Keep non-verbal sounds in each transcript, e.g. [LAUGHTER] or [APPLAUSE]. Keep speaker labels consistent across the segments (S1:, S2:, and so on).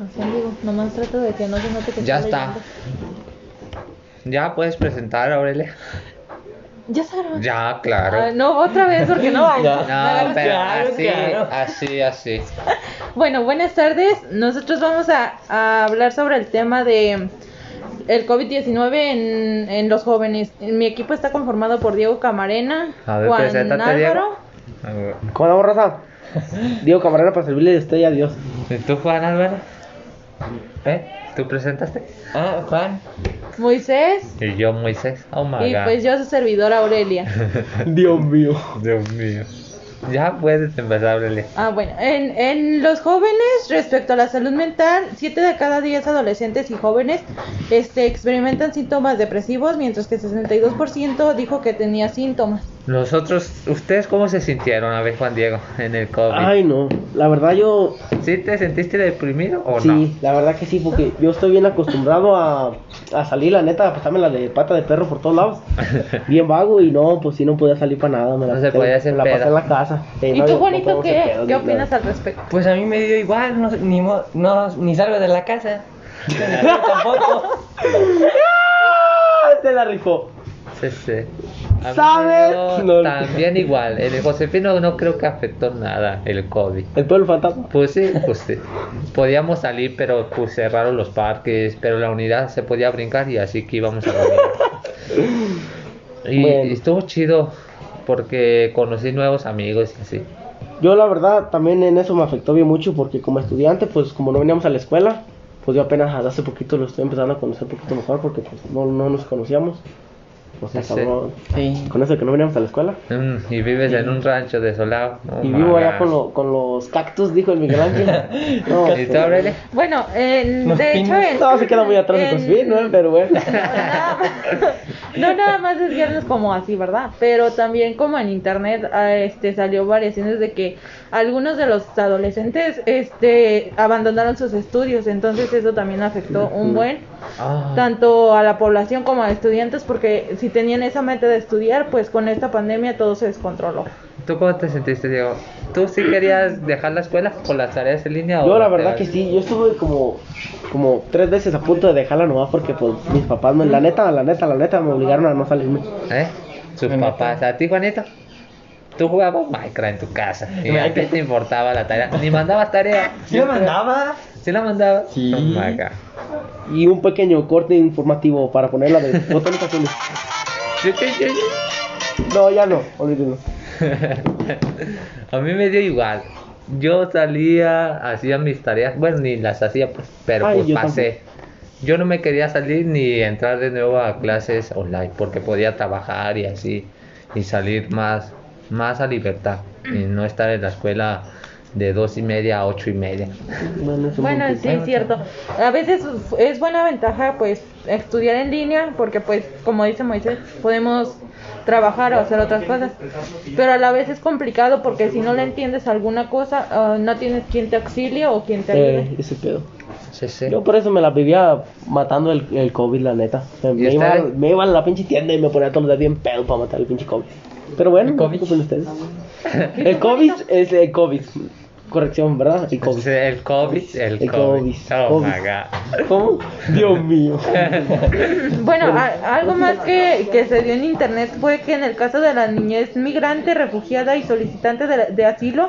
S1: O sea, digo, nomás trato de que no se note que
S2: Ya
S1: estoy
S2: está.
S1: leyendo.
S2: Ya puedes presentar, Aurelia.
S1: Ya está grabando.
S2: Ya, claro.
S1: Ah, no, otra vez porque no va.
S3: Ya.
S2: No, pero
S3: Claro,
S2: así,
S3: claro.
S2: así, así.
S1: Bueno, buenas tardes. Nosotros vamos a, a hablar sobre el tema de el COVID-19 en, en los jóvenes. Mi equipo está conformado por Diego Camarena,
S2: A ver,
S1: Juan
S2: preséntate, Diego.
S1: Álvaro.
S2: A ver.
S3: ¿Cómo andamos, raza? Diego Camarena para servirle de usted y a Dios.
S2: ¿Y tú, Juan Álvaro?
S3: ¿Eh?
S2: ¿Tú presentaste?
S3: Ah, Juan.
S1: Moisés
S2: Y yo, Moisés. Oh my
S1: y
S2: God.
S1: pues yo su servidora Aurelia.
S3: Dios mío.
S2: Dios mío. Ya puedes empezar, Aurelia.
S1: Ah, bueno, en, en los jóvenes, respecto a la salud mental, 7 de cada 10 adolescentes y jóvenes este, experimentan síntomas depresivos, mientras que 62% dijo que tenía síntomas.
S2: Nosotros, ¿ustedes cómo se sintieron, a ver, Juan Diego, en el COVID?
S3: Ay, no. La verdad, yo.
S2: ¿Sí te sentiste deprimido o
S3: sí,
S2: no?
S3: la verdad que sí, porque yo estoy bien acostumbrado a, a salir, la neta, a pasarme la de pata de perro por todos [LAUGHS] lados. Bien vago y no, pues sí, no podía salir para nada. Me la,
S2: No se
S3: pasé-
S2: podía hacer
S3: me la pasé
S2: pedo.
S3: en la casa. Eh,
S1: ¿Y
S3: no,
S1: tú,
S3: yo- no
S1: Juanito,
S3: podemos
S1: qué,
S3: hacer pedo,
S1: qué
S3: ni
S1: opinas
S3: nada.
S1: al respecto?
S4: Pues a mí me dio igual, no, ni, mo- no, ni salgo de
S2: [LAUGHS]
S4: la casa. tampoco.
S3: ¡Ah! Se la rifó.
S2: Sí, sí. A mí
S3: ¿Sabes?
S2: me dio
S3: No.
S2: También igual. En el Josefino no creo que afectó nada el COVID.
S3: El pueblo fantasma.
S2: Pues sí, pues sí. Podíamos salir, pero pues cerraron los parques, pero la unidad se podía brincar y así que íbamos a dormir. Y,
S3: Bueno.
S2: y estuvo chido porque conocí nuevos amigos y así.
S3: Yo la verdad también en eso me afectó bien mucho porque como estudiante, pues como no veníamos a la escuela, pues yo apenas hace poquito lo estoy empezando a conocer un poquito mejor porque pues no, no nos conocíamos. Pues
S2: Sí, sí.
S3: cabrón.
S4: Sí.
S3: Con eso de que no veníamos a la escuela.
S2: Mm, y vives en un rancho desolado. No
S3: y vivo
S2: mames.
S3: allá con, lo- con los cactus, dijo el Miguel Ángel. No,
S2: ¿Y tú,
S3: pues,
S2: Aurelia?
S1: Bueno, en-
S4: Los
S1: de hecho,
S4: pinos.
S1: en-
S3: No, se queda muy atrás de
S1: en-
S3: Cosfín, ¿no? Pero bueno.
S1: nada más- [LAUGHS] no nada más desviarnos como así, ¿verdad? Pero también como en internet ah, este salió variaciones de que algunos de los adolescentes este abandonaron sus estudios, entonces eso también afectó un buen
S2: Ah,
S1: tanto a la población como a estudiantes porque si tenían esa meta de estudiar, pues con esta pandemia todo se descontroló.
S2: ¿Tú cómo te sentiste, Diego? ¿Tú sí querías dejar la escuela con las tareas en línea?
S3: Yo
S2: o
S3: la
S2: te
S3: verdad que
S2: valió?
S3: sí, yo estuve como, como tres veces a punto de dejarla nomás porque pues mis papás, me, la neta, la neta, la neta, me obligaron a no salirme.
S2: ¿Eh? Sus
S4: Juanito.
S2: papás. ¿A ti, Juanito? Tú jugabas Minecraft en tu casa. Y a ti te importaba la tarea. Ni mandabas tarea.
S4: ¿Sí me mandaba?
S2: ¿Sí la mandabas?
S3: Sí.
S2: Oh my God.
S3: Y un pequeño corte informativo para ponerla [LAUGHS] de botanizaciones.
S2: Yo- yo- yo- yo.
S3: No, ya no, olvídenlo.
S2: A mí me dio igual. Yo salía, hacía mis tareas, bueno, ni las hacía, pues, pero
S3: Ay,
S2: pues
S3: yo
S2: pasé. Yo no me quería salir ni entrar de nuevo a clases online porque podía trabajar y así y salir más, más a libertad y no estar en la escuela de dos y media a ocho y media.
S3: Bueno, es un
S1: Bueno,
S3: buen
S1: sí,
S3: punto.
S1: es cierto. A veces es buena ventaja, pues, estudiar en línea, porque, pues, como dice Moisés, podemos trabajar o hacer otras cosas. Pero a la vez es complicado porque si no le entiendes alguna cosa, ah, no tienes quien te auxilie o quien te ayude.
S3: Eh, ese pedo.
S2: Sí, sí.
S3: Yo por eso me la vivía matando el, el COVID, la neta. Me, me iba,
S2: ustedes?
S3: me iba a la pinche tienda y me ponía todos los días bien pedo para matar el pinche COVID. Pero bueno,
S4: ¿El
S3: ¿El
S4: COVID?
S3: COVID? Ah, ustedes.
S1: [LAUGHS]
S3: El COVID es el COVID. Corrección, ¿verdad? El COVID.
S2: Entonces, El COVID, el, COVID.
S3: El COVID,
S2: Oh
S3: COVID.
S2: my God.
S3: ¿Cómo? Dios [LAUGHS] mío.
S1: [CLEARS THROAT] Bueno, a- algo más que, que se dio en internet fue que en el caso de la niñez migrante, refugiada y solicitante de, de asilo,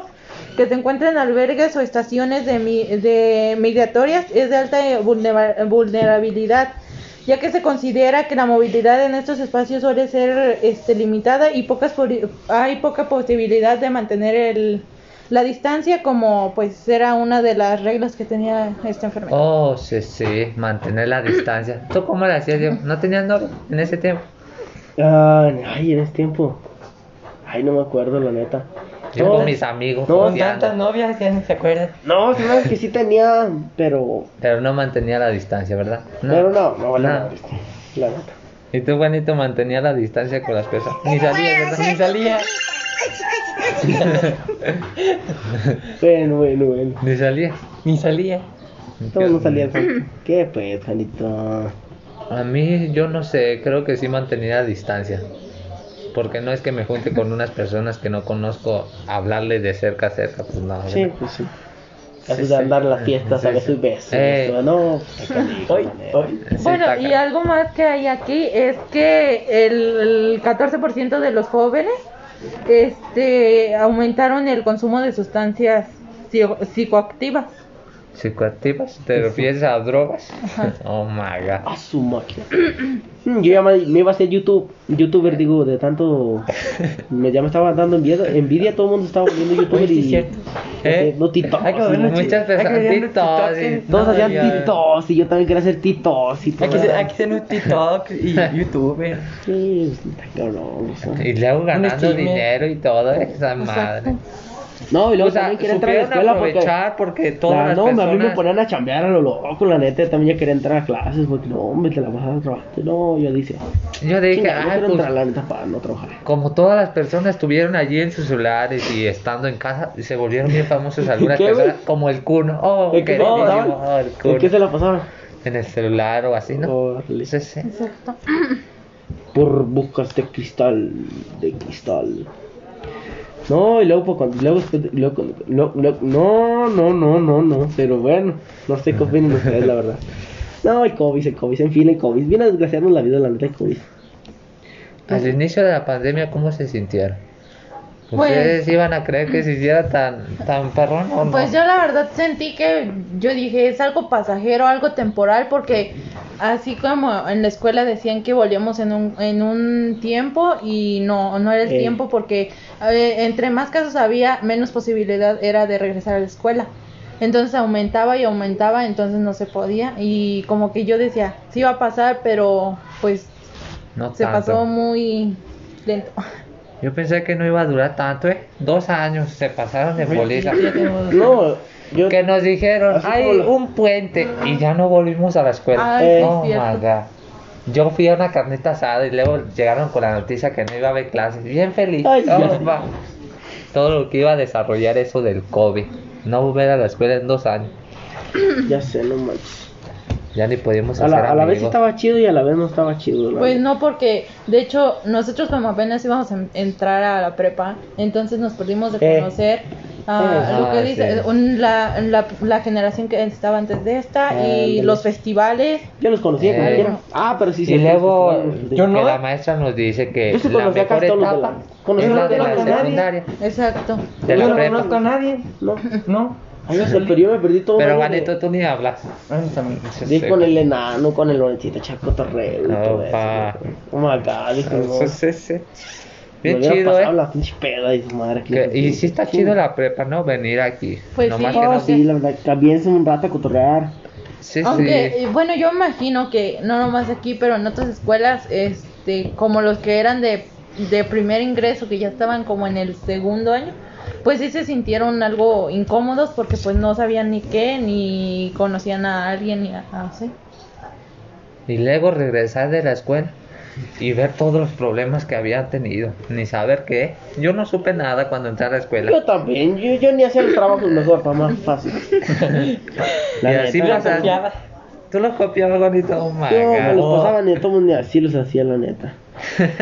S1: que se encuentra en albergues o estaciones de, mi- de migratorias, es de alta eh, vulnera- vulnerabilidad, ya que se considera que la movilidad en estos espacios suele ser este, limitada y pocas poli- hay poca posibilidad de mantener el, la distancia, como pues era una de las reglas que tenía esta enfermedad.
S2: Oh, sí, sí, mantener la distancia. ¿Tú cómo lo hacías, Diego? ¿No tenías novio en ese tiempo?
S3: Ay, ay, en ese tiempo. Ay, no me acuerdo, la neta.
S2: Yo
S3: No,
S2: con mis amigos.
S3: no,
S4: Con
S2: jodeando.
S4: tantas novias ya ni se acuerdan.
S3: No, se me hace que sí tenía, pero.
S2: Pero no mantenía la distancia, ¿verdad?
S3: Pero no, no vale
S2: No.
S3: madre, La neta.
S2: Y tú, Juanito, mantenía la distancia con las personas. Ni salía, ¿verdad?
S4: Ni salía.
S3: Bueno, bueno, bueno.
S2: Ni salía.
S4: Ni salía.
S3: Todos no salían. ¿Qué pues, Janito?
S2: A mí, yo no sé, creo que sí mantenía la distancia. Porque no es que me junte con unas personas que no conozco, hablarle de cerca a cerca, pues no.
S3: Sí,
S2: ¿verdad?
S3: pues sí. Eso
S2: Sí,
S3: de
S2: sí.
S3: andar en las fiestas, a
S2: Sí,
S3: veces
S2: sí.
S3: ves.
S2: Eh.
S3: esto,
S4: [LAUGHS]
S3: No, pues, acá ni de
S4: Hoy,
S3: manera.
S4: hoy.
S2: Sí,
S1: Bueno,
S2: está
S1: y
S2: ca-
S1: algo más que hay aquí es que el 14% de los jóvenes este, aumentaron el consumo de sustancias psico- psicoactivas.
S2: ¿Psicoactivas? ¿Te refieres a drogas? Oh my god.
S3: A su máquina. Mm, Yo ya me, me iba a hacer YouTube, youtuber, digo, de tanto. Me, ya me estaba dando envidia, envidia todo el mundo estaba volviendo youtuber
S4: Oye, sí,
S3: y. este,
S4: es cierto.
S2: ¿Eh?
S3: No TikTok.
S4: Hay que
S3: sí,
S4: volvernos
S3: no,
S4: chi-
S2: Muchas
S4: hay que
S2: personas.
S4: ver un
S2: TikToks.
S4: TikTok
S2: y-
S4: en-
S3: Todos
S2: no,
S3: hacían
S2: ya-
S3: titos y yo también quería hacer titos y todo.
S4: Hay que, hacer- hay que hacer un TikTok [LAUGHS] y YouTube.
S3: Sí, está cabrón, eso.
S2: Y luego ganando
S4: streamer.
S2: dinero y todo, ¿eh? esa madre.
S3: No, y luego
S2: O sea,
S3: también quería entrar a la
S2: supieron
S3: escuela porque.
S2: aprovechar porque, todas
S3: La-
S2: las
S3: no, a mí me
S2: personas...
S3: ponían a chambear a lo loco, la neta. También ya quería entrar a clases porque no, hombre, te la vas a trabajar. No, yo dije. "Ah,
S2: Yo dije,
S3: "Chinga, yo
S2: ay,
S3: quiero
S2: pues,
S3: entrar la neta para no trabajar.
S2: como todas las personas estuvieron allí en sus celulares y estando en casa, se volvieron bien
S3: [LAUGHS]
S2: famosos algunas
S3: ¿Qué, güey?
S2: personas, como el cuno. Oh,
S3: ¿En qué, se la
S2: queridísimo,
S3: pasaban?
S2: el
S3: ¿En
S2: cuno.
S3: qué se Oh, la pasaban?
S2: En el celular o así, ¿no?
S3: Órale.
S2: Sí, sí.
S3: Por buscas de cristal, de cristal. No, y luego, pues, cuando- luego, después de- luego, cuando- luego- luego- no, no, no, no, no, pero bueno, no sé qué opinan ustedes, la verdad. No, el COVID, el COVID, en fin, el COVID, viene a desgraciarnos la vida, la neta, el COVID.
S2: Al inicio de la pandemia, ¿cómo se sintieron?
S1: Pues-
S2: ¿Ustedes iban a creer que se hiciera tan, tan perrón o no?
S1: Pues yo la verdad sentí que yo dije es algo pasajero, algo temporal, porque así como en la escuela decían que volvíamos en un, en un tiempo y no, no era el
S3: Ey.
S1: tiempo porque eh, entre más casos había, menos posibilidad era de regresar a la escuela. Entonces aumentaba y aumentaba, entonces no se podía y como que yo decía, sí va a pasar, pero pues
S2: no
S1: se
S2: tanto.
S1: pasó muy lento.
S2: Yo pensé que no iba a durar tanto, ¿eh? Dos años se pasaron de boliza.
S3: [LAUGHS] No, yo,
S2: Que nos dijeron,
S3: Así
S2: hay
S3: como Eh, lo-
S2: un puente y ya no volvimos a la escuela.
S1: Ay,
S3: sí,
S2: oh my
S1: cierto.
S2: God. Yo fui a una carnita asada y luego llegaron con la noticia que no iba a haber clases. Bien feliz.
S3: Ay,
S2: Oh,
S3: ya.
S2: va. Todo lo que iba a desarrollar eso del COVID. No volver a la escuela en dos años.
S3: ya sé, no manches.
S2: Ya ni podíamos
S3: A
S2: hacer
S3: la, a la vez sí
S2: amigos.
S3: estaba chido y a la vez no estaba chido. la
S1: Pues
S3: neta.
S1: no, porque de hecho nosotros como apenas íbamos a en- entrar a la prepa, entonces nos perdimos de
S3: Eh.
S1: conocer ah,
S2: Eh.
S1: lo que
S2: Ah,
S1: dice
S2: sí.
S1: un- la, la- la generación que estaba antes de esta
S2: Ah,
S1: y
S3: Ándale.
S1: los festivales.
S3: Yo los conocía como
S2: Eh.
S3: quiera. Ah, pero sí, sí.
S2: y
S3: sí,
S2: luego
S3: sí,
S4: yo- no.
S2: que la maestra nos dice que
S3: Yo sí
S2: la
S3: conocí a
S2: mejor
S3: casi todos los de
S2: etapa
S3: la- conocí
S2: es
S3: a
S2: la
S3: los
S2: de
S3: de
S2: la
S3: la primaria.
S2: secundaria,
S1: Exacto.
S2: de la
S4: Yo no
S2: prepa.
S4: conozco a nadie.
S3: No,
S4: No.
S3: ay, no sé, pero yo me perdí todo.
S2: Pero
S3: ¿no?
S2: Juanito, tú ni hablas.
S4: Ay, mis amigos.
S2: Eso
S3: Di
S2: sí.
S3: con el enano, con el Lorencito Chaco Torreo y todo
S2: Opa.
S3: eso. Oh Como acá, dijo no.
S2: Eso sí, sí. Bien
S3: me hubiera
S2: chido,
S3: pasado
S2: ¿eh?
S3: la pinche peda y su madre. que
S2: Que-
S3: le-
S2: y sí está chido la prepa, ¿no? Venir aquí.
S1: Pues
S2: Nomás
S1: sí.
S2: que
S3: Ah,
S2: no-
S1: sé.
S3: sí, la verdad, también es un rato a cotorrear.
S2: Sí,
S1: Aunque,
S2: sí.
S1: eh, bueno, yo imagino que no nomás aquí, pero en otras escuelas, este, como los que eran de, de primer ingreso, que ya estaban como en el segundo año, pues sí se sintieron algo incómodos porque pues no sabían ni qué, ni conocían a alguien, ni a, a- sí.
S2: Y luego regresar de la escuela y ver todos los problemas que había tenido. Ni saber qué. Yo no supe nada cuando entré a la
S3: Yo
S2: escuela.
S3: también, yo, yo ni hacía el trabajo mejor, para más fácil.
S2: [LAUGHS] Y así
S3: neta,
S2: pasa. Tú lo copiabas, Juanito. Oh my
S3: Yo me los
S2: God. Oh.
S3: pasaba ni a todo mundo, ni así los hacía,
S2: [LAUGHS]
S3: la neta.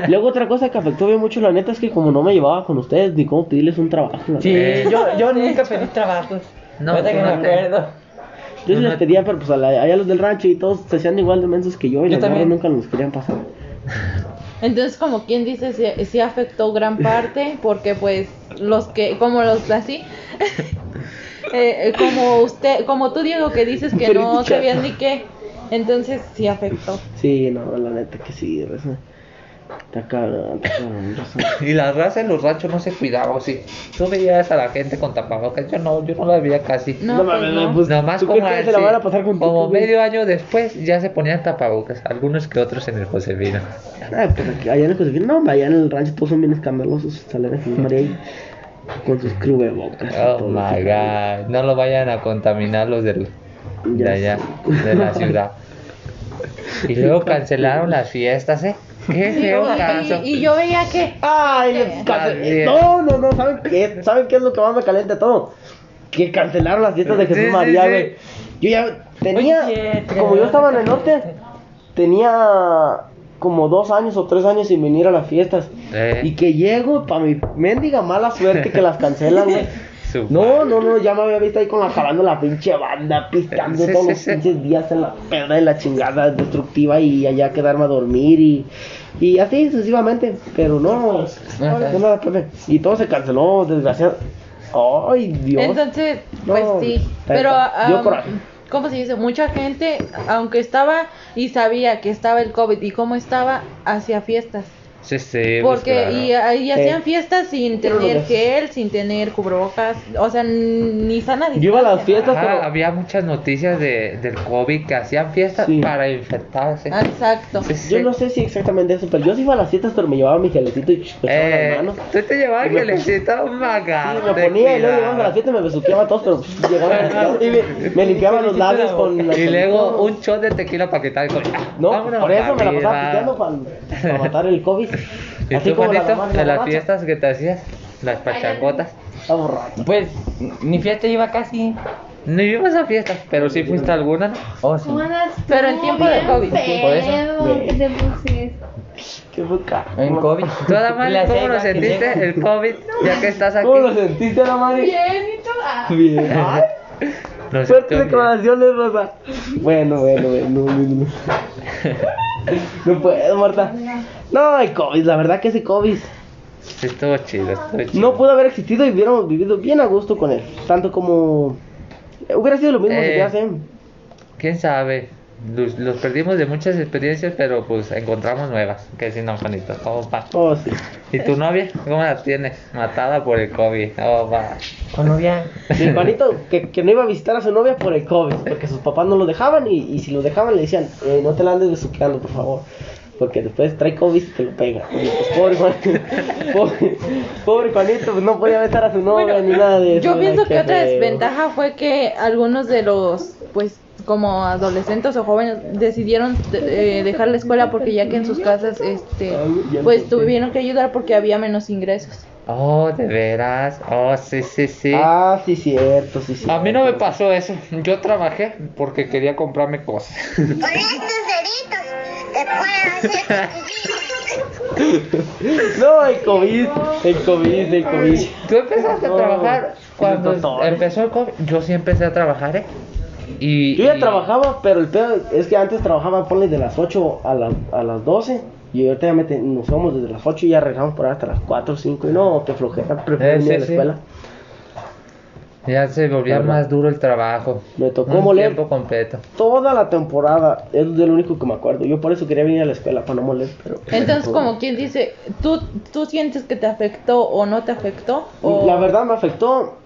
S3: Luego otra cosa que afectó bien mucho, la neta, es que como no me llevaba con ustedes, ni cómo pedirles un trabajo. la
S4: Sí,
S3: neta.
S2: Eh.
S4: yo, yo nunca pedí trabajos.
S2: No,
S4: No, que
S2: tú
S4: me
S2: no te-
S4: acuerdo.
S3: Yo sí
S2: No,
S3: les
S2: no.
S3: pedía, pero pues a la- allá los del rancho y todos se hacían igual de mensos que yo y
S4: Yo
S3: los
S4: también.
S3: morros nunca los querían pasar.
S1: Entonces, como quien dice, sí, sí afectó gran parte, porque pues los que, como los así, [LAUGHS] eh, eh, como usted, como tú Diego que dices que no sabían ni qué, entonces sí afectó.
S3: Sí, no, la neta que sí, raza. Está cabrón, está cabrón, raza.
S2: Y la raza en los ranchos no se cuidaba, ¿o sí. Tú veías a la gente con tapabocas. Yo no, yo no la veía casi.
S1: No, pues
S3: mames,
S1: no.
S3: pues,
S2: Nomás
S3: ¿tú
S2: como,
S3: crees que
S2: al-
S3: se la van a
S2: sí,
S3: pasar con
S2: como
S3: tu- güey?
S2: medio año después ya se ponían tapabocas, algunos que otros en el Josefino.
S3: Ah, pues aquí- allá en el Josefino, no, hombre, allá en el rancho todos son bien escandalosos, salen a fumar ahí con sus cubrebocas. y
S2: Oh
S3: todo,
S2: my
S3: sí.
S2: god, no lo vayan a contaminar los del, de
S3: Ya
S2: allá,
S3: sé.
S2: de la
S3: [LAUGHS]
S2: ciudad. Y luego cancelaron las fiestas, ¿eh? Qué
S1: Y,
S2: feo
S1: y-
S2: caso.
S1: y yo veía que
S3: Ay,
S2: También.
S3: les cancel- no, no, no, ¿saben qué? ¿Saben qué es lo que más me calienta todo? Que cancelaron las fiestas de
S2: Sí,
S3: Jesús
S2: sí,
S3: María,
S2: sí.
S3: güey. Yo ya tenía,
S4: Oye, sí,
S3: como yo
S4: te-
S3: estaba en el norte, tenía como dos años o tres años sin venir a las fiestas.
S2: Eh.
S3: Y que llego, para mi mendiga mala suerte que las cancelan, güey.
S2: su
S3: No, no, no, ya me había visto ahí con la jalando la pinche banda, pisteando
S2: Sí,
S3: todos
S2: sí,
S3: los
S2: sí.
S3: pinches días en la perra de la chingada destructiva y allá quedarme a dormir y, y así sucesivamente, pero no, no, no, espérame. y todo se canceló, desgraciado. Ay, Dios.
S1: Entonces,
S3: No,
S1: pues sí,
S3: está
S1: pero
S3: bien,
S1: ah,
S3: dio
S1: am,
S3: coraje.
S1: ¿cómo se dice? Mucha gente, aunque estaba y sabía que estaba el COVID y cómo estaba, hacía fiestas.
S2: Sí, sí, pues,
S1: Porque
S2: claro.
S1: y, y hacían
S3: Sí.
S1: fiestas sin
S3: Yo no lo
S1: tener
S3: veo.
S1: gel, sin tener cubrebocas, o sea, n- ni sana distancia.
S3: Yo iba a las fiestas,
S2: Ajá,
S3: pero
S2: había muchas noticias de, del COVID que hacían fiestas
S3: Sí.
S2: para infectarse.
S1: Ah, Exacto.
S2: Sí, sí.
S3: yo no sé si exactamente eso, pero yo sí iba a las fiestas, pero me llevaba mi geletito y besaba
S2: Eh, ah,
S3: las manos.
S2: tú te llevabas
S3: pues, Y me-
S2: que le hiciste un
S3: Sí,
S2: maga.
S3: me ponía y luego llegaba a las fiestas, me besuqueaba a todos, pero
S2: [LAUGHS]
S3: pues, llegaba a la fiesta y me, me limpiaba los labios con la
S2: Y
S3: película.
S2: luego un shot de tequila para quitar el COVID. Ah,
S3: No,
S2: vámonos
S3: por eso me la
S2: arriba.
S3: pasaba piteando para, matar el COVID.
S2: ¿Y
S3: Así
S2: tú,
S3: como la
S2: Juanito,
S3: mamá
S2: de
S3: la
S2: las
S3: macha.
S2: fiestas que te hacías? Las pachacotas.
S3: Está borracho.
S4: Pues, mi fiesta iba casi.
S2: No ibas a fiestas, pero sí fuiste a alguna, ¿no?
S4: Oh, sí.
S1: Pero en tiempo de COVID.
S4: Por eso.
S5: que te pusiste.
S3: Qué poca.
S4: En [LAUGHS] COVID.
S3: [LAUGHS]
S2: ¿Tú, Adamari,
S4: La
S2: cómo
S4: cena
S2: lo
S4: que
S2: sentiste
S4: llega.
S2: el COVID ya que estás aquí?
S3: ¿Cómo lo sentiste, la madre?
S5: Bien, ¿y tú? Ah.
S3: Bien. Ay,
S2: Lo
S3: Fuertes
S2: sintió bien.
S3: declaraciones, Rosa. Bueno, bueno, bueno. No, no, no. No puedo, Marta. No, el COVID, la verdad que ese COVID
S2: Sí, estuvo chido, estuvo chido.
S3: no pudo haber existido y hubiéramos vivido bien a gusto con él. Tanto como. Hubiera sido lo mismo
S2: Eh.
S3: si te hacen.
S2: ¿Quién sabe? Los, los perdimos de muchas experiencias, pero pues encontramos nuevas. Que si no, Juanito, todo va.
S3: Oh, sí.
S2: ¿Y tu novia? ¿Cómo la tienes? Matada por el COVID. Oh, va.
S4: Con novia.
S3: Mi Juanito, que, que no iba a visitar a su novia por el COVID, porque sus papás no lo dejaban y, y si lo dejaban le decían, "Eh, no te la andes besuqueando, por favor, porque después trae COVID y te lo pega. Y pues, pobre Juanito, [LAUGHS] pobre, pobre Juanito, pues no podía besar a su novia ni nada de eso.
S1: Yo
S3: Ay,
S1: pienso
S3: qué
S1: que otra
S3: feo.
S1: desventaja fue que algunos de los, pues, como adolescentes o jóvenes decidieron eh, dejar la escuela porque ya que en sus casas, este, pues tuvieron que ayudar porque había menos ingresos.
S2: Oh, de veras. Oh, sí, sí, sí.
S3: Ah, sí, cierto, sí, cierto.
S2: A mí no me pasó eso. Yo trabajé porque quería comprarme cosas. [LAUGHS]
S6: Con estos deditos te puedo hacer
S1: [LAUGHS]
S3: No, el COVID, el COVID, el COVID.
S2: Tú empezaste
S3: No,
S2: a trabajar cuando
S3: no, no.
S2: empezó el COVID. Yo sí empecé a trabajar, ¿eh? Y,
S3: Yo ya
S2: y-
S3: trabajaba, pero el pedo es que antes trabajaba, ponle de las 8 a, la- a las 12. Y ahorita ya mete- nos vamos desde las 8 y ya regresamos por ahí hasta las 4 o 5. Y no, qué flojera, prefiero
S2: Eh,
S3: venir
S2: sí,
S3: a la
S2: sí.
S3: escuela.
S2: Ya se volvía
S3: Claro.
S2: más duro el trabajo.
S3: Me tocó
S2: Un
S3: moler.
S2: tiempo completo.
S3: Toda la temporada, es de lo único que me acuerdo. Yo por eso quería venir a la escuela, para no molestar. Pero...
S1: Entonces, como quien dice, ¿tú, ¿tú sientes que te afectó o no te afectó? O...
S3: La verdad me afectó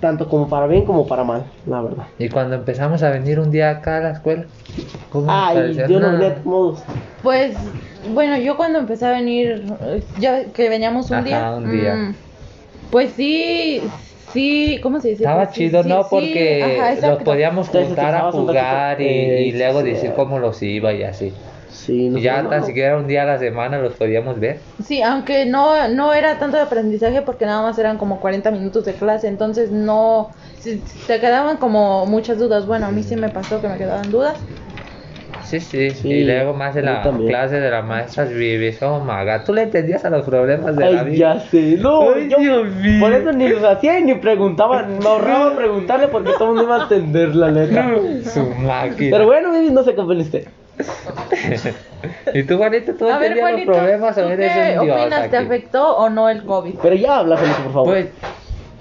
S3: tanto como para bien como para mal, la verdad.
S2: Y cuando empezamos a venir un día acá a la escuela, ¿cómo nos
S3: Ay,
S2: parecía?
S3: yo no
S2: Nah.
S3: de todos modos.
S1: Pues, bueno, yo cuando empecé a venir, eh, ya que veníamos un
S2: Ajá,
S1: día, mm,
S2: un día.
S1: pues sí, sí, ¿cómo se dice?
S2: Estaba
S1: Pues sí,
S2: chido,
S1: sí,
S2: ¿no?
S1: sí,
S2: Porque
S1: ajá,
S2: los
S1: exacto.
S2: podíamos
S3: Ustedes
S2: juntar a
S3: empezabas un
S2: jugar y,
S3: ratito.
S2: y
S3: Eh,
S2: luego
S3: sí,
S2: decir
S3: sí.
S2: cómo los iba y así.
S3: Sí, no
S2: Y ya
S3: no,
S2: tan
S3: no.
S2: siquiera un día a la semana los podíamos ver.
S1: Sí, aunque no, no era tanto de aprendizaje porque nada más eran como 40 minutos de clase, entonces no, se, se quedaban como muchas dudas. Bueno, a mí sí me pasó que me quedaban dudas.
S2: Sí, sí,
S3: Sí,
S2: Y luego más en
S3: a mí
S2: la
S3: también.
S2: clase de la maestra Vivi. Oh my God. Tú le entendías a los problemas de la
S3: Ay,
S2: vida.
S3: ya sé, no,
S2: Ay,
S3: yo
S2: Dios mío.
S3: por eso ni los hacía y ni preguntaba,
S2: [LAUGHS]
S3: me ahorraba preguntarle porque todo el mundo iba a entender la letra.
S2: Su máquina.
S3: Pero bueno, Vivi, no se este. confundiste.
S2: ¿Y tú, Juanito, tú
S1: a ver,
S2: entendías este los
S1: Juanito,
S2: problemas o
S1: ¿tú
S2: eres
S1: ¿qué
S2: un dios
S1: opinas? ¿Te
S2: aquí?
S1: afectó o no el COVID?
S3: Pero ya habla, Felipe, por favor.
S4: Pues,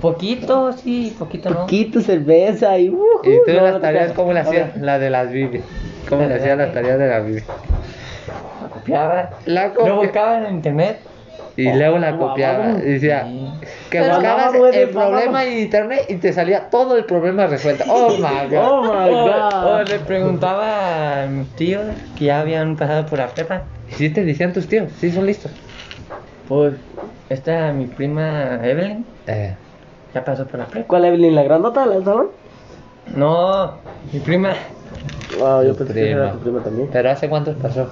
S4: poquito sí, poquito no.
S3: Quito cerveza y... ujú.
S2: ¿Y tú
S3: Uh, No, no
S2: las
S3: te
S2: tareas
S3: creas.
S2: cómo las
S3: A ver,
S2: hacías? La de las Bibi. ¿Cómo le hacías las tareas de las Bibi?
S4: Copiaba.
S2: La
S4: Lo
S2: copia-
S4: buscaba en internet.
S2: Y luego la
S3: guau,
S2: copiaba.
S3: guau.
S2: Y decía
S4: Sí.
S2: que
S1: Pero-
S2: buscabas
S3: Guau,
S2: el
S3: guau,
S2: problema
S3: guau.
S2: en internet y te salía todo el problema
S3: [LAUGHS]
S2: resuelto. Oh my god.
S3: Oh my
S4: O, o
S3: god.
S4: le preguntaba a mis tíos que ya habían pasado por la prepa.
S2: ¿Y si te decían tus tíos? Sí, son listos.
S3: Pues,
S4: Esta mi prima Evelyn
S2: Eh,
S4: ya pasó por la prepa.
S3: ¿Cuál Evelyn, la grandota del salón?
S4: No, mi prima.
S3: Ah, yo
S2: tu
S3: pensé que era
S2: prima.
S3: tu prima también.
S2: Pero ¿hace cuántos pasó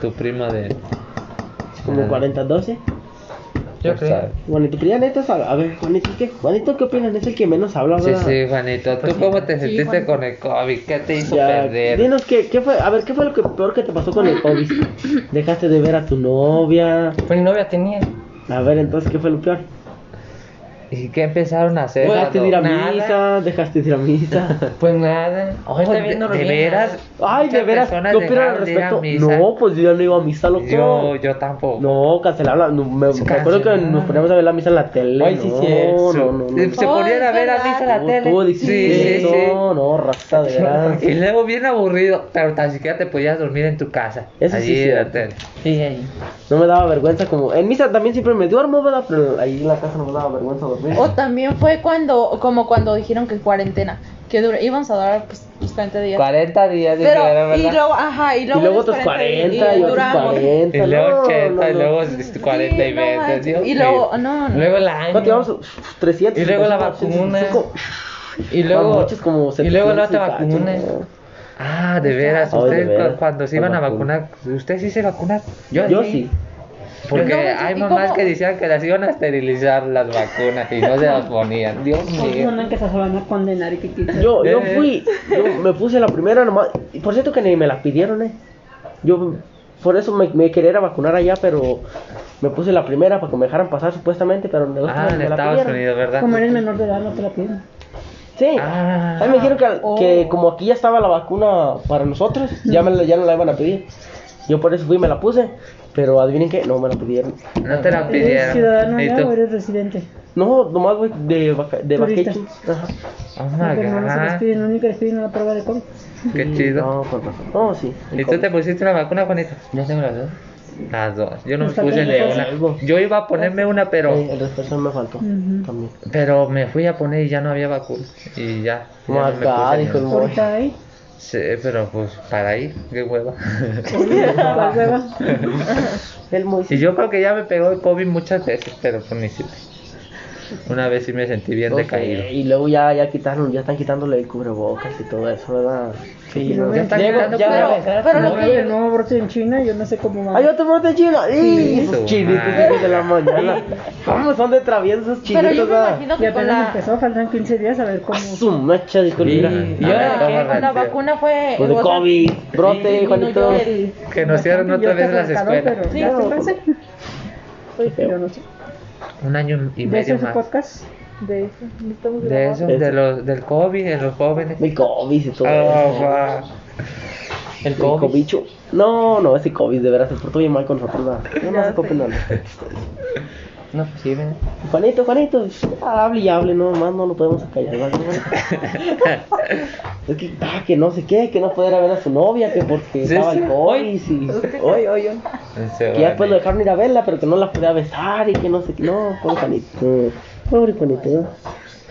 S2: tu prima de.?
S3: Como
S2: Ah,
S3: 40, 12.
S4: Yo
S2: pues,
S4: creo.
S3: Juanito, pero ya neta, sabe- a ver, Juanito, ¿qué? Juanito, ¿qué opinas? Es el que menos habla,
S2: ah, Sí,
S3: ¿verdad?
S2: sí, Juanito.
S3: Pues,
S2: ¿Tú cómo te sentiste
S1: Juanito.
S2: con el COVID? ¿Qué te hizo
S3: Ya,
S2: perder?
S3: dinos qué, qué fue, a ver, ¿qué fue lo que, peor que te pasó con
S2: [LAUGHS]
S3: el COVID? Dejaste de ver a tu novia.
S4: Pues novia tenía.
S3: A ver, entonces, ¿qué fue lo peor?
S2: ¿Y qué empezaron a hacer?
S3: Dejaste de ir a
S2: cuando-
S4: nada.
S3: misa, dejaste de ir
S2: [LAUGHS]
S3: a misa.
S4: Pues nada. Hoy está
S2: Pues,
S4: viendo
S2: de- de
S4: remeras.
S2: veras,
S3: Ay, de
S2: Muchas
S3: veras,
S2: personas
S3: ¿qué opinan al
S2: dejaron de ir a
S3: respecto?
S2: misa.
S3: No, pues yo ya no iba a misa, loco.
S2: Yo, yo tampoco.
S3: No, cancelaron. la- no, me, me
S2: Cancelaron.
S3: acuerdo que nos poníamos a ver la misa en la tele.
S4: Ay, sí,
S3: no,
S4: sí,
S3: no,
S4: es-
S3: no, no,
S2: Se, Eh, se
S1: Oh,
S2: ponían a
S1: es
S2: ver a
S1: verdad.
S2: misa la
S3: Tú-
S2: tele.
S3: tú dijiste,
S2: sí, sí, sí.
S3: No, no,
S2: [LAUGHS]
S3: raza de veras.
S2: Y luego bien aburrido, pero tan siquiera te podías dormir en tu casa.
S3: Eso sí
S2: allí
S3: es
S2: en la
S3: cierto.
S2: tele.
S4: Sí, ahí.
S3: No me daba vergüenza como... En misa también siempre me duermo, ¿verdad? Pero ahí en la casa no me daba vergüenza dormir.
S1: O también fue cuando, como cuando dijeron que cuarentena, que dura, íbamos a durar pues, pues, 40 días.
S4: 40 días de era
S1: Pero,
S4: ¿verdad?
S1: y luego, ajá, y
S3: Y
S1: luego,
S3: luego
S1: los
S3: otros 40, y, otros
S1: duramos.
S3: 40.
S2: Y luego
S3: no,
S2: 80, y
S3: no, no.
S2: luego 40 y
S1: Sí, no
S2: 20.
S1: manches.
S2: Dios
S1: Y luego,
S2: mío.
S1: no, no.
S4: Luego la año.
S3: ¿Cuánto llevamos? Uf, 300.
S4: Y luego la
S3: 385.
S4: vacuna. y luego,
S3: Mamuches como
S4: y luego
S3: 700
S4: la otra
S3: y
S4: vacuna.
S3: cacho, ¿no?
S2: Ah, de veras,
S3: Ay, Oh, de
S2: ustedes cu-
S3: veras.
S2: cuando se
S3: La
S2: iban a
S3: vacuna.
S2: vacunar, ¿ustedes sí se vacunan?
S3: Yo, sí.
S2: Porque
S1: No,
S2: hay
S1: ¿y
S2: mamás
S1: cómo?
S2: que decían que las iban a esterilizar las vacunas y no se las ponían. Dios
S7: Hay
S2: mío.
S7: una que se van a condenar y que quitan.
S3: Yo, yo
S2: Eh.
S3: fui, yo me puse la primera nomás. y Por cierto que ni me la pidieron, eh. Yo, por eso me, me quería ir a vacunar allá, pero me puse la primera para que me dejaran pasar supuestamente, pero en
S2: Ah, en
S3: me la
S2: Estados
S3: pidieron.
S2: Unidos, ¿verdad?
S7: Como eres menor de edad, no te la piden.
S3: Sí.
S2: Ah. Oh.
S3: Ahí me dijeron que, que como aquí ya estaba la vacuna para nosotros, ya, me, la- ya no la iban a pedir. Yo por eso fui y me la puse, pero adivinen qué, no me la pidieron.
S2: No te la
S7: ¿Eres
S2: pidieron.
S7: ciudadano
S2: ¿Y
S7: allá o
S2: tú?
S7: eres residente?
S3: No, nomás, güey, de, vaca- de
S7: Turista.
S3: vacation. Ajá.
S2: Oh
S7: No,
S2: my
S7: pero no, no se les
S2: god.
S7: piden, lo único que les piden es la prueba de COVID.
S2: Qué
S3: Sí,
S2: chido.
S3: No, con razón. No, sí.
S2: ¿Y tú te pusiste una vacuna, Juanito?
S4: Yo tengo las dos.
S2: Las dos. Yo no me
S7: Nos falta
S2: puse
S7: el
S2: de
S3: refuerzo.
S2: una. Yo iba a ponerme una,
S3: Sí,
S2: pero
S3: el respeto me faltó
S7: Ujú.
S1: [LAUGHS]
S3: también.
S2: pero me fui a poner y ya no había vacuna. Y ya. ya no me
S3: Marca,
S2: puse ni
S3: dijo el
S2: una.
S3: Voy.
S7: Ahorita hay.
S2: Sí, pero pues para ir, qué hueva. [LAUGHS]
S7: ¿Cuál hueva?
S3: El
S2: Y
S3: Moisés.
S2: yo creo que ya me pegó el COVID muchas veces, pero pues ni si- Una vez sí me sentí bien
S3: No sé,
S2: decaído.
S3: y luego ya, ya quitaron, ya están quitándole el cubrebocas y todo eso, ¿verdad?
S4: Sí,
S3: no.
S2: Ya está
S4: Llego-
S2: quitando
S4: ya
S2: cubrebocas.
S4: voy a dejar
S1: Pero lo
S7: No,
S1: que-
S7: el nuevo brote en China, yo no sé cómo va.
S3: ¡Hay otro brote en China! ¡Y!
S2: su
S3: Esos chinitos
S2: madre.
S3: de la mañana. ¿Cómo son de traviesos chinitos?
S1: Pero yo me
S3: ¿verdad?
S1: imagino
S7: Y
S1: que con
S7: apenas
S1: la,
S7: empezó, faltan 15 días a ver
S3: A
S7: cómo.
S3: su mecha, dijo el
S2: Sí.
S3: Mira.
S2: Y yo-
S3: Ah,
S1: con la- con la
S2: Rápido.
S1: vacuna fue...
S3: Pues de
S1: o sea,
S3: COVID, brote,
S1: disminuyó
S3: Juanito.
S1: el-
S2: Que nos cierran otra vez las escuelas.
S7: Sí,
S1: Claro.
S7: Yo no sé.
S2: Un año y
S7: ¿De eso
S2: medio
S7: es un
S2: más.
S7: podcast?
S1: De eso, no estamos
S2: De
S1: grabando.
S2: eso,
S3: Eso.
S2: de los, del COVID, de los jóvenes.
S3: El COVID y todo
S2: Ah,
S3: eso.
S2: va.
S3: El cobicho. No, no, ese COVID de veras se portó bien mal con nosotros. ¿verdad? Yo no
S1: Ya
S3: sé cómo
S1: sé.
S3: no.
S4: No, pues sí, ven.
S3: Juanito, Juanito, ah, hable y hable, no, más no lo podemos callar. ¿vale? es que, ah, que no sé qué, que no pudiera ver a su novia, que porque
S2: Sí,
S3: estaba
S2: sí.
S3: el COVID. y- Hoy, hoy, hoy.
S2: Se
S3: Que ya
S2: va.
S3: después lo dejaron ir a verla, pero que no la podía besar y que no sé qué. No, pobre Juanito. Pobre Juanito.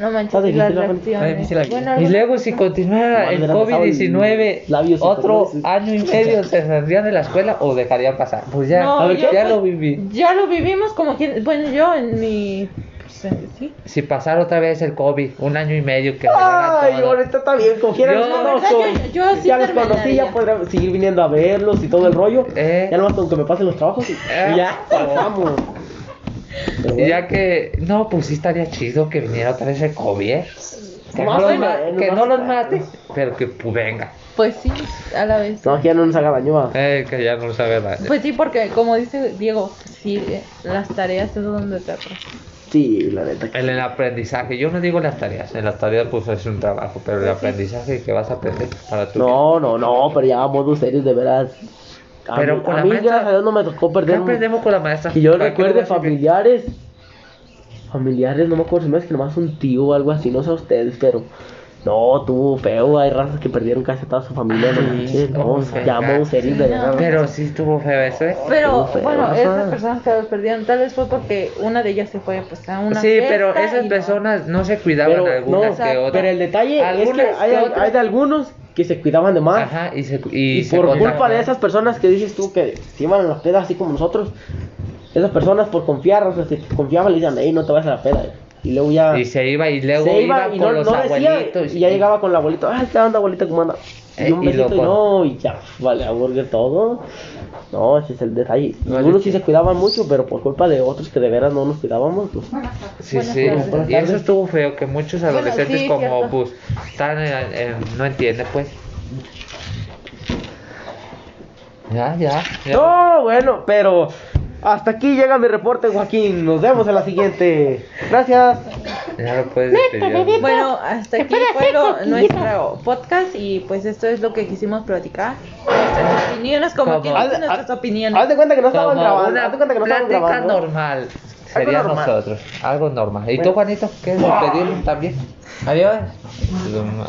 S1: No manches, y
S3: Está difícil
S1: las
S3: la-
S4: está difícil la
S1: reacciones.
S4: vida.
S1: ¿eh? Bueno,
S2: Y
S1: algo-
S2: luego si continuara
S3: Madre,
S2: el
S3: me han pasado el labio
S2: COVID-19,
S3: cinco
S2: otro
S3: veces.
S2: año y medio se saldrían de la escuela o dejarían pasar. Pues ya,
S1: No,
S2: a ver,
S1: yo-
S2: ya lo viví.
S1: ya lo vivimos como quien... Bueno, yo en mi... pues, eh, sí.
S2: Si pasara otra vez el COVID, un año y medio que agarra
S3: Ay,
S2: todo.
S3: ahorita está bien, como quiera,
S2: Yo-
S3: los
S2: La
S1: verdad,
S3: conozco.
S1: yo- yo sí
S3: ya los conocí,
S1: terminaría.
S3: ya podré seguir viniendo a verlos y todo el rollo.
S2: Eh.
S3: Ya nomás con que me pasen los trabajos y
S2: Eh.
S3: ya pasamos. Pero
S2: Y
S3: bueno.
S2: ya que, no, pues sí estaría chido que viniera otra vez el COVID. ¿eh? Que no,
S3: Más eh,
S2: los,
S3: o
S2: ma-
S3: menos,
S2: que
S3: más
S2: no
S3: o
S2: los
S3: menos.
S2: mate, pero que pues, venga.
S1: Pues sí, a la vez.
S3: No, que ya no nos haga daño. va.
S2: Eh, que ya no sabe nada.
S1: Pues sí, porque como dice Diego, sí, eh, las tareas es donde te atrasas.
S3: Sí, la neta.
S2: El, el aprendizaje, yo no digo las tareas, en las tareas pues es un trabajo, pero el aprendizaje que vas a aprender para tu
S3: No, no, no, pero ya modo serios, de veras. A
S2: Pero
S3: mí,
S2: con
S3: a
S2: la
S3: mí,
S2: maestra-
S3: gracias a Dios, no me tocó
S2: ¿Qué
S3: perder. un-
S2: aprendemos con la maestra?
S3: Que yo
S2: ¿Para qué
S3: recuerde
S2: lo voy a decir?
S3: familiares. Familiares, no me acuerdo si me es que nomás un tío o algo así, no sé ustedes, pero. No, tuvo feo, hay razas que perdieron casi a toda su familia, no
S2: Ay,
S3: manches, no,
S2: o sea,
S3: ya modo serios, de verdad.
S2: Pero sí estuvo feo eso, ¿eh?
S1: Pero
S3: Qué feo,
S1: bueno,
S3: ajá.
S1: esas personas que los perdieron, tal vez fue porque una de ellas se fue pues, a una
S2: Sí, pero
S1: fiesta
S2: esas
S1: y-
S2: personas no se cuidaban
S3: Pero,
S2: algunas
S1: no,
S2: que otras.
S3: Pero el detalle es que
S2: Algunas
S3: hay,
S2: que otras.
S3: hay de algunos que se cuidaban de más.
S2: Ajá, y se
S3: Y,
S2: y, se
S3: por culpa
S2: contagiaron.
S3: de esas personas que dices tú que se iban a las pedas así como nosotros, esas personas por confiar, o sea, si confiaban le decían, ey, no te vayas a la peda. Y luego ya
S2: Y se iba y luego
S3: Ah. se
S2: iba,
S3: iba y
S2: con
S3: no,
S2: los
S3: no decía.
S2: abuelitos.
S3: Y ya llegaba con la abuelita, ay, ¿qué onda, abuelita? ¿Cómo anda?
S2: Eh,
S3: Y un
S2: y
S3: besito y,
S2: loco.
S3: no, y ya, vale, aburre todo. No, ese es el detalle.
S2: No, yo
S3: Algunos sí
S2: sí.
S3: se cuidaban mucho, pero por culpa de otros que de veras no nos cuidábamos, pues.
S2: Sí,
S1: Buenas
S2: sí.
S3: tardes.
S2: Y eso estuvo feo, que muchos
S1: Bueno,
S2: adolescentes
S1: sí,
S2: como
S1: cierto.
S2: pues están en- en- no entienden pues. Ya, ya. ya.
S3: No, bueno, pero Hasta aquí llega mi reporte, Joaquín. Nos vemos en la siguiente. Gracias.
S2: Ya lo puedes despedir.
S3: pues,
S1: Bueno, hasta aquí fue lo- nuestro podcast y pues esto es lo que quisimos platicar. Nuestras opiniones, como
S2: Como- Ah,
S1: quien
S3: Haz-
S1: dice nuestras
S3: haz- Haz
S1: opiniones.
S3: de cuenta que no estaban
S2: Como
S3: grabando. Haz
S2: una
S3: de cuenta que no estaban
S2: plática
S3: grabando.
S2: normal. Sería
S3: normal.
S2: nosotros. Algo normal. ¿Y tú, Juanito? ¿Quieres despedirnos también?
S4: Adiós.
S2: Lo ma-